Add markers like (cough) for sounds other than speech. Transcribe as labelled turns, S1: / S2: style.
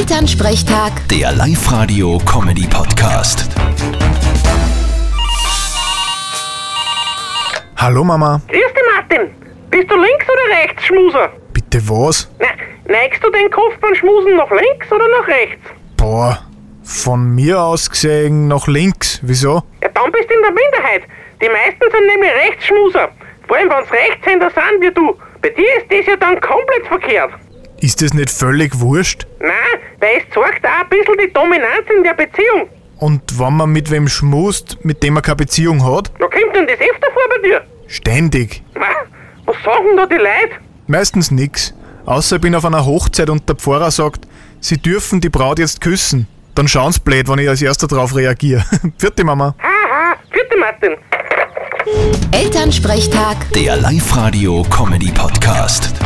S1: Elternsprechtag,
S2: Der Live-Radio-Comedy-Podcast.
S3: Hallo Mama.
S4: Grüß dich, Martin. Bist du links oder rechts, Schmuser?
S3: Bitte was?
S4: Na, neigst du den Kopf beim Schmusen nach links oder nach rechts?
S3: Boah, von mir aus gesehen nach links. Wieso?
S4: Ja, dann bist du in der Minderheit. Die meisten sind nämlich Rechtsschmuser. Vor allem, wenn's Rechtshänder sind wie du. Bei dir ist das ja dann komplett verkehrt.
S3: Ist das nicht völlig wurscht?
S4: Nein, weil es zeigt auch ein bisschen die Dominanz in der Beziehung.
S3: Und wenn man mit wem schmust, mit dem man keine Beziehung hat?
S4: Da kommt denn das öfter vor bei dir?
S3: Ständig.
S4: Ma, was sagen da die Leute?
S3: Meistens nix. Außer ich bin auf einer Hochzeit und der Pfarrer sagt, sie dürfen die Braut jetzt küssen. Dann schauen's blöd, wenn ich als erster drauf reagiere. (laughs) Vierte Mama.
S4: Haha, vierte Martin.
S1: Elternsprechtag.
S2: Der Live-Radio-Comedy-Podcast.